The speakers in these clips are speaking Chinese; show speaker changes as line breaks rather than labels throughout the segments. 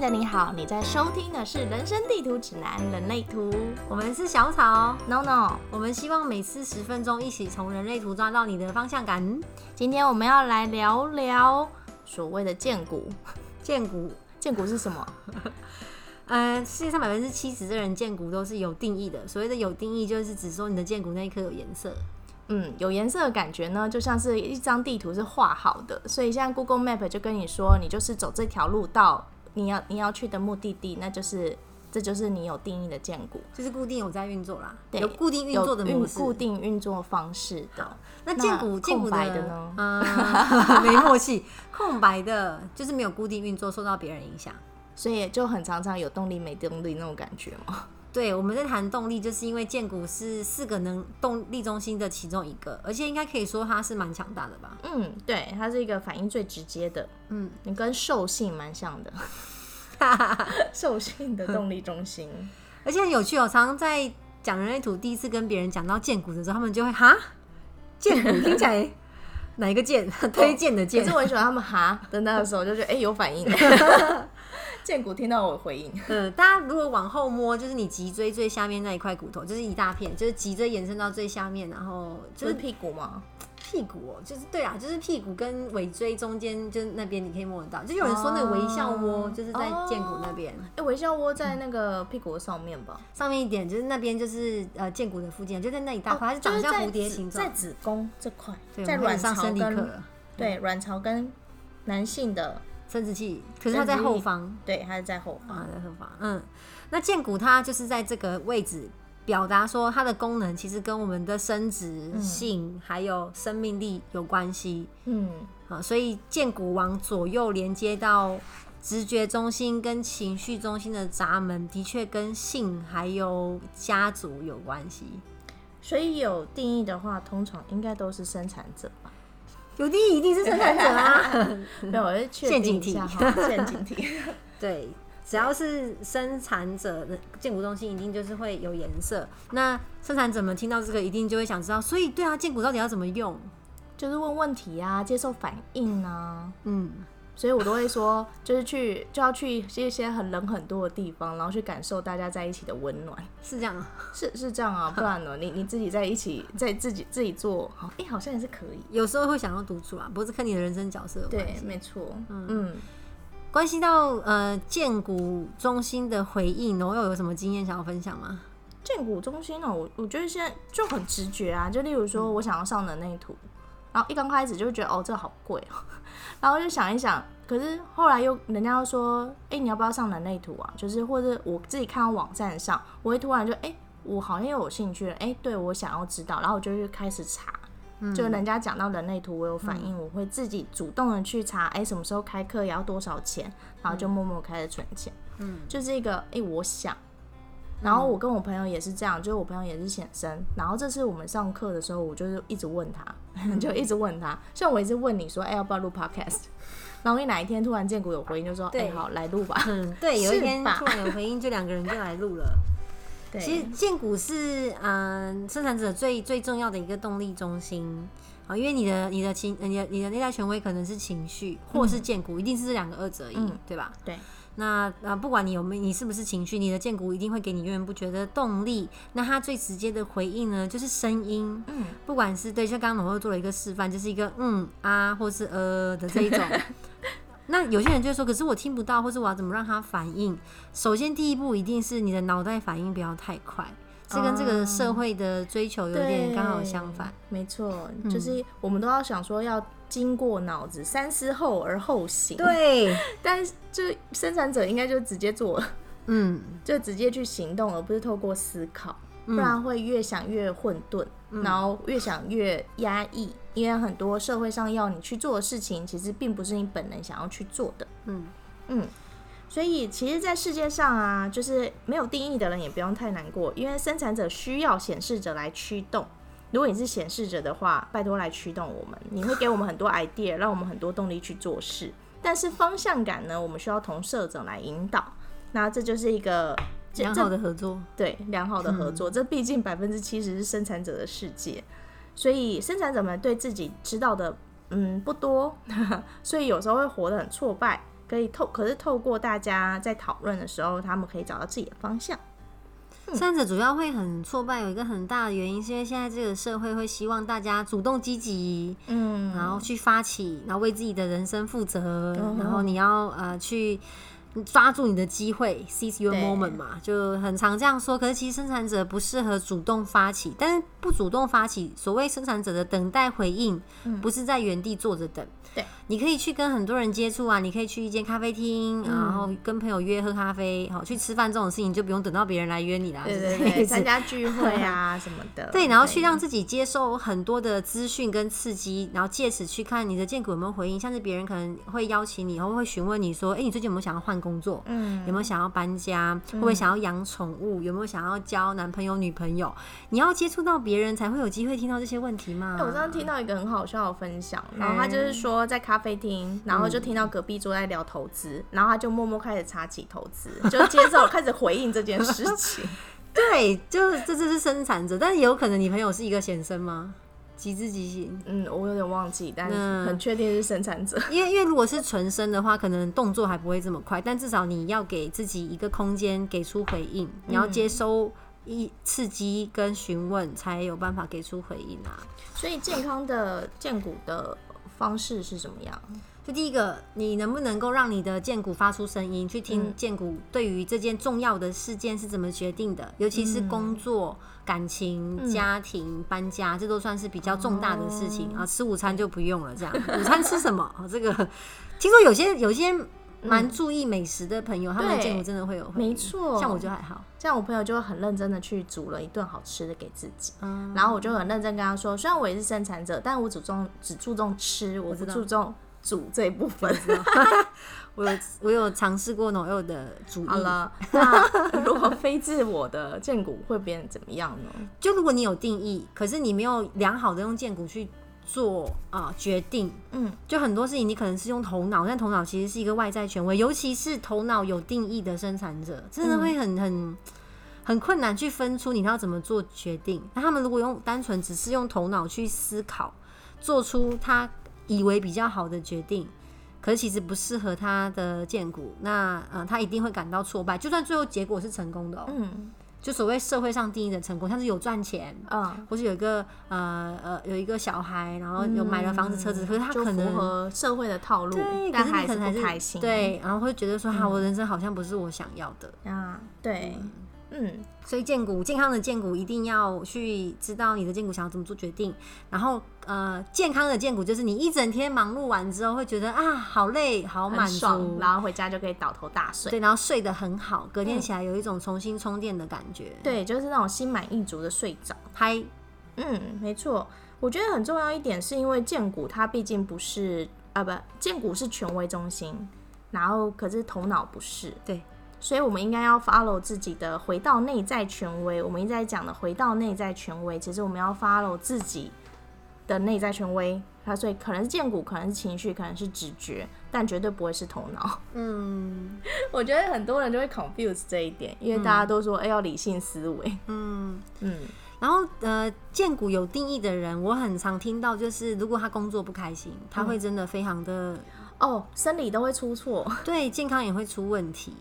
的你好，你在收听的是《人生地图指南：人类图》。
我们是小草，
No No，
我们希望每次十分钟，一起从人类图抓到你的方向感。
今天我们要来聊聊所谓的荐股。
荐股，
荐股是什么？
呃，世界上百分之七十的人荐股都是有定义的。所谓的有定义，就是指说你的荐股那一颗有颜色。
嗯，有颜色的感觉呢，就像是一张地图是画好的，所以像 Google Map 就跟你说，你就是走这条路到你要你要去的目的地，那就是这就是你有定义的荐股，
就是固定有在运作啦，
对
有固定运
有
作的
运
模式。
固定运作方式的。
那建股
那
建股
空白的呢
呃， 没默契。空白的，就是没有固定运作，受到别人影响。
所以就很常常有动力没动力那种感觉嘛。
对，我们在谈动力，就是因为建股是四个能动力中心的其中一个，而且应该可以说它是蛮强大的吧。
嗯，对，它是一个反应最直接的，
嗯，
你跟兽性蛮像 的，兽性的动力中 心。
而且很有趣哦，常常在讲人类图，第一次跟别人讲到建股的时候，他们就会哈，建股听起来哪一个建？ 推荐的
其
建
实。我很喜欢他们哈的那个时候，我就觉得哎、诶有反 应。建谷听到我回应，
嗯，大家如果往后摸，就是你脊椎最下面那一块骨头，就是一大片，就是脊椎延伸到最下面，然后
就
就是是
屁股吗？
屁股、哦，就是对啦，就是屁股跟尾椎中间，就是那边你可以摸得到。就有人说那个微笑窝，
哦
就是在建骨那边、
哎、微笑窝在那个屁股的上面吧？
上面一点，就是那边就是呃建骨的附近，就在那一大
哦
块，它是
就
长
是
得像
在
蝴蝶
子
形
在
状。
子宫这块，
对，我
在
们开
卵
始上
巢
生理课
跟
了，
对卵巢跟男性的，
生殖器，可是它在后方，
对，它是在后方。
啊，在后方。嗯，那建骨它就是在这个位置。表达说它的功能其实跟我们的生殖、
嗯
性还有生命力有关系。
嗯，
啊，所以剑骨往左右连接到直觉中心跟情绪中心的闸门，的确跟性还有家族有关系。
所以有定义的话，通常应该都是生产者吧？
有定义一定是生产者啊，
没有，我是确
陷
定一
阱题
下 哈，陷阱题。
对，只要是生产者的剑骨中心，一定就是会有颜色。那生产者们听到这个，一定就会想知道，所以对啊，剑骨到底要怎么用？
就是问问题啊，接受反应啊，
嗯，
所以我都会说，就是去就要去一些很人很多的地方，然后去感受大家在一起的温暖，
是这样啊，
是是这样啊，不然呢，你你自己在一起，在自己自己做，好，哎、好像也是可以，
有时候会想要独处啊，不是跟你的人生角色有关
对
系，。
没错，
嗯
嗯，
关系到呃建谷中心的回应，然后又有什么经验想要分享吗？
建股中心呢、我我觉得现在就很直觉啊，就例如说我想要上人类图，然后一刚开始就会觉得哦这好贵哦， 然后就想一想，可是后来又人家又说，哎、你要不要上人类图啊？就是或者我自己看到网站上，我会突然就哎、诶我好像又有兴趣了，哎、对我想要知道，然后我就去开始查。
嗯
就人家讲到人类图，我有反应，我会自己主动的去查，哎、什么时候开课，也要多少钱，然后就默默开始存钱。
嗯，
就是一个哎、诶我想。然后我跟我朋友也是这样，就是我朋友也是显身。然后这次我们上课的时候，我就是一直问
嗯
他， 就一直问他。像我一直问你说，哎、要不要录 podcast？然后你哪一天突然见股有回应，就说，哎、
对
好，来录吧。
嗯，对，有一天
是吧
突然有回应，就两个人就来录了。
对，
其实建股是嗯、生产者最最重要的一个动力中心啊，因为你的你的情呃你的你的内在权威可能是情绪或是建股，一定是这两个二择一，
嗯
对吧？
对。
那呃，不管你有没有你是不是情绪，你的建股一定会给你源源不绝的动力。那它最直接的回应呢，就是声音。
嗯，
不管是对，像刚刚我又做了一个示范，就是一个嗯啊，或是呃的这 一种。那有些人就会说，可是我听不到，或是我要怎么让他反应？首先，第一步一定是你的脑袋反应不要太快，这跟这个社会的追求有点
对
刚好相反。，
没错，就是我们都要想说要经过脑子三思后而后行。，
对，
但是就生产者应该就直接做，
嗯
就直接去行动，而不是透过思考，不然会越想越混沌，然后越想越压抑。因为很多社会上要你去做的事情，其实并不是你本人想要去做的。
嗯，
嗯，所以其实，在世界上啊，就是没有定义的人也不用太难过，因为生产者需要显示者来驱动。如果你是显示者的话，拜托来驱动我们，你会给我们很多 idea，让我们很多动力去做事。但是方向感呢，我们需要同社长来引导。那这就是一个这
良
这
好的合作。
对良好的合作，
嗯
这毕竟百分之七十是生产者的世界，所以生 产者们对自己知道的嗯不多，所以有时候会活得很挫败，可以透，可是透过大家在讨论的时候，他们可以找到自己的方向。
这样子主要会很挫败，有一个很大的原因是因为现在这个社会会希望大家主动积极，
嗯嗯
然后去发起，然后为自己的人生负责，然后你要呃去抓住你的机会，seize your
对
moment 嘛，就很常这样说。可是其实生产者不适合主动发起，但是不主动发起，所谓生产者的等待回应，不是在原地坐着等。
嗯对，
你可以去跟很多人接触啊，你可以去一间咖啡厅，
嗯
然后跟朋友约喝咖啡，好去吃饭这种事情，你就不用等到别人来约你啦，
对
是这
对
个
对，
意思
参加聚会 啊什么的，
对，然后
可
去
以
让自己接受很多的资讯跟刺激，然后借此去看你的建股有没有回应，像是别人可能会邀请你，然后会询问你说，哎，你最近有没有想要换工作？
嗯
有没有想要搬家？会不会想要养宠物？有没有想要交男朋友、女朋友？你要接触到别人，才会有机会听到这些问题嘛
哎。我上次听到一个很好笑的分享，
嗯
然后他就是说在咖啡厅，然后就听到隔壁桌在聊投资，然后他就默默开始查起投资，就接 着开始回应这件事情。
对，就是这这是生产者，但是有可能你朋友是一个显生吗？极致极限。
嗯，我有点忘记，但是
嗯
很确定是生产者。
因为因为如果是纯生的话，可能动作还不会这么快，但至少你要给自己一个空间，给出回应，你要接收一刺激跟询问，才有办法给出回应啊。
所以健康的健骨的方式是怎么样？
就第一个，你能不能够让你的剑骨发出声音，去
嗯
听剑骨对于这件重要的事件是怎么决定的？尤其是
嗯
工作、感情、家庭、搬家，这都算是比较重大的事
哦
情、啊。吃午餐就不用了，这样午餐吃什么？哦这个听说有些有些蛮注意美食的朋友，他们的
嗯对
剑骨真的会有回应，
没错
像我就还好，
这样我朋友就会很认真的去煮了一顿好吃的给自己，
嗯
然后我就很认真跟他说，虽然我也是生产者，但我只重只注重吃，我不
知道
注重煮这一部分。
我有我有尝试过 no 的主意。
好了，那如果非自我的建骨会变成怎么样呢？
就如果你有定义，可是你没有良好的用剑骨去做啊、决定，
嗯，
就很多事情你可能是用头脑，但头脑其实是一个外在权威，尤其是头脑有定义的生产者，真的会很很。很困难去分出你要怎么做决定。那他们如果用单纯只是用头脑去思考，做出他以为比较好的决定，可是其实不适合他的荐骨，那呃他一定会感到挫败。就算最后结果是成功的哦、
嗯
就所谓社会上定义的成功，像是有赚钱，
嗯，
或是有一个呃呃有一个小孩，然后有买了房子车子，可是他
嗯就
可
符
能
合社会的套路
对，，可
但
是
还
你可
是
能还
不
是
开心。嗯
对，然后会觉得说哈，我人生好像不是我想要的。
啊，对，嗯
所以健骨健康的健骨一定要去知道你的健骨想要怎么做决定，然后呃健康的健骨就是你一整天忙碌完之后会觉得啊好累好
很
满
爽，
足，
然后回家就可以倒头大睡。
对，然后睡得很好，隔天起来有一种重新充电的感觉，
嗯对，就是那种心满意足的睡着。
嗨，
嗯，没错，我觉得很重要一点是因为建股它毕竟不是啊，不，建股是权威中心，然后可是头脑不是，
对，
所以我们应该要 follow 自己的，回到内在权威。我们一直在讲的回到内在权威，其实我们要 follow 自己的内在权威。它所以可能是见骨，可能是情绪，可能是直觉，但绝对不会是头脑。
嗯
我觉得很多人就会 confuse 这一点，因为大家都说、哎要理性思维。
嗯。
嗯，
然后呃，见骨有定义的人，我很常听到，就是如果他工作不开心，
嗯
他会真的非常 的、
哦，生理都会出错，
对健康也会出问题。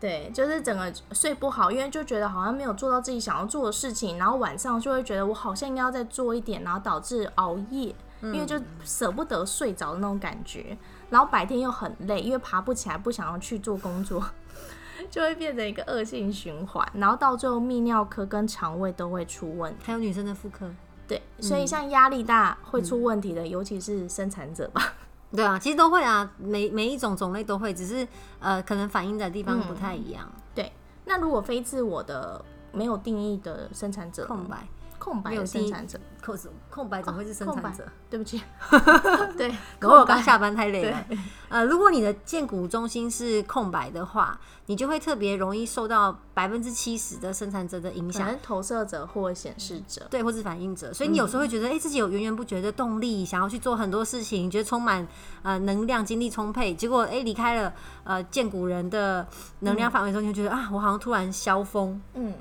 对，就是整个睡不好，因为就觉得好像没有做到自己想要做的事情，然后晚上就会觉得我好像应该要再做一点，然后导致熬夜，因为就舍不得睡着的那种感觉，然后白天又很累，因为爬不起来，不想要去做工作， 就会变成一个恶性循环，然后到最后泌尿科跟肠胃都会出问题。
还有女生的妇科，
对，
嗯
所以像压力大会出问题的，尤其是生产者吧。
对啊，其实都会啊，每每一种种类都会，只是呃，可能反映的地方不太一样，
对，那如果非自我的没有定义的生产者呢，
空白，
空白
没有
的
定义
生产者。
空空白怎么会是生
空白
产者？，
对不起，对，
可我
空白
刚下班太累了。呃，如果你的荐股中心是空白的话，你就会特别容易受到百分之七十的生产者的影
可
响。
能投射者或显示者，
对，或是反应者，所以你有时候会觉得，
嗯
哎、自己有源源不绝的动力，想要去做很多事情，觉得充满呃能量、精力充沛。结果，哎、离开了呃见古人的能量范围之后，你就觉得啊，我好像突然消峰。
嗯，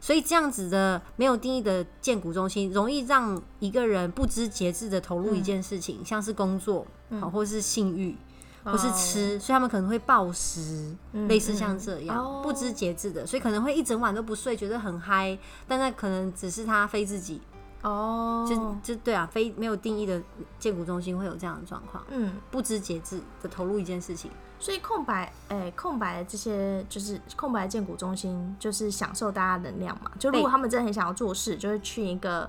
所以这样子的没有定义的见骨中心，容易让
嗯
一个人不知节制的投入一件事情，像是工作，好、或是性欲，或是吃，所以他们可能会暴食，
哦嗯
类似像这样、
嗯哦
不知节制的，所以可能会一整晚都不睡，觉得很嗨，但那可能只是他非自己，
哦，
就就对啊，非没有定义的建股中心会有这样的状况，
嗯，
不知节制的投入一件事情，
所以空白，哎、空白的这些就是空白的建股中心，就是享受大家的能量嘛。就如果
对
他们真的很想要做事，就会去一个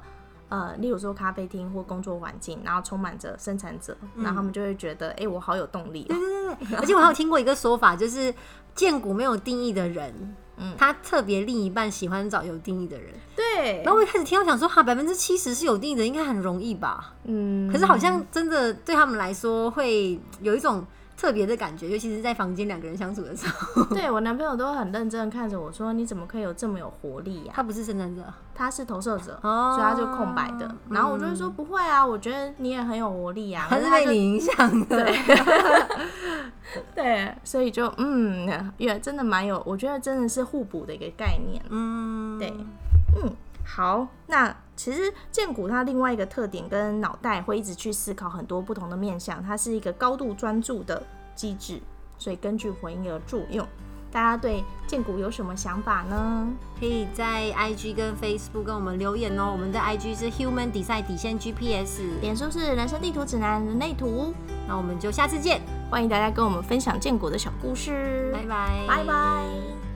呃，例如说咖啡厅或工作环境，然后充满着生产者，然后他
嗯
们就会觉得，哎、我好有动力、哦。
而且我还有听过一个说法，就是建股没有定义的人。
嗯
他特别另一半喜欢找有定义的人，
对
然，后我一开始听到想说，哈，百分之七十是有定义的，应该很容易吧？
嗯，
可是好像真的对他们来说会有一种特别的感觉，尤其是在房间两个人相处的时 候。
对我男朋友都很认真地看着我说，你怎么可以有这么有活力呀、
他不是生产者，
他是投射者。
哦
所以他就空白的，然后我就会说不会啊，我觉得你也很有活力啊。
嗯他是
可
被
就
你影响的。
对，所以就嗯，也真的蛮有，我觉得真的是互补的一个概念。
嗯，
对，嗯，好，那其实剑骨它另外一个特点跟脑袋会一直去思考很多不同的面向，它是一个高度专注的机制，所以根据回应而作用。大家对剑骨有什么想法呢？
可以在 IG 跟 Facebook 跟我们留言哦。我们的 IG 是 Human Design 底线 GPS。
脸书是人生地图指南人类图，
那我们就下次见，
欢迎大家跟我们分享剑骨的小故事。
拜拜，
拜拜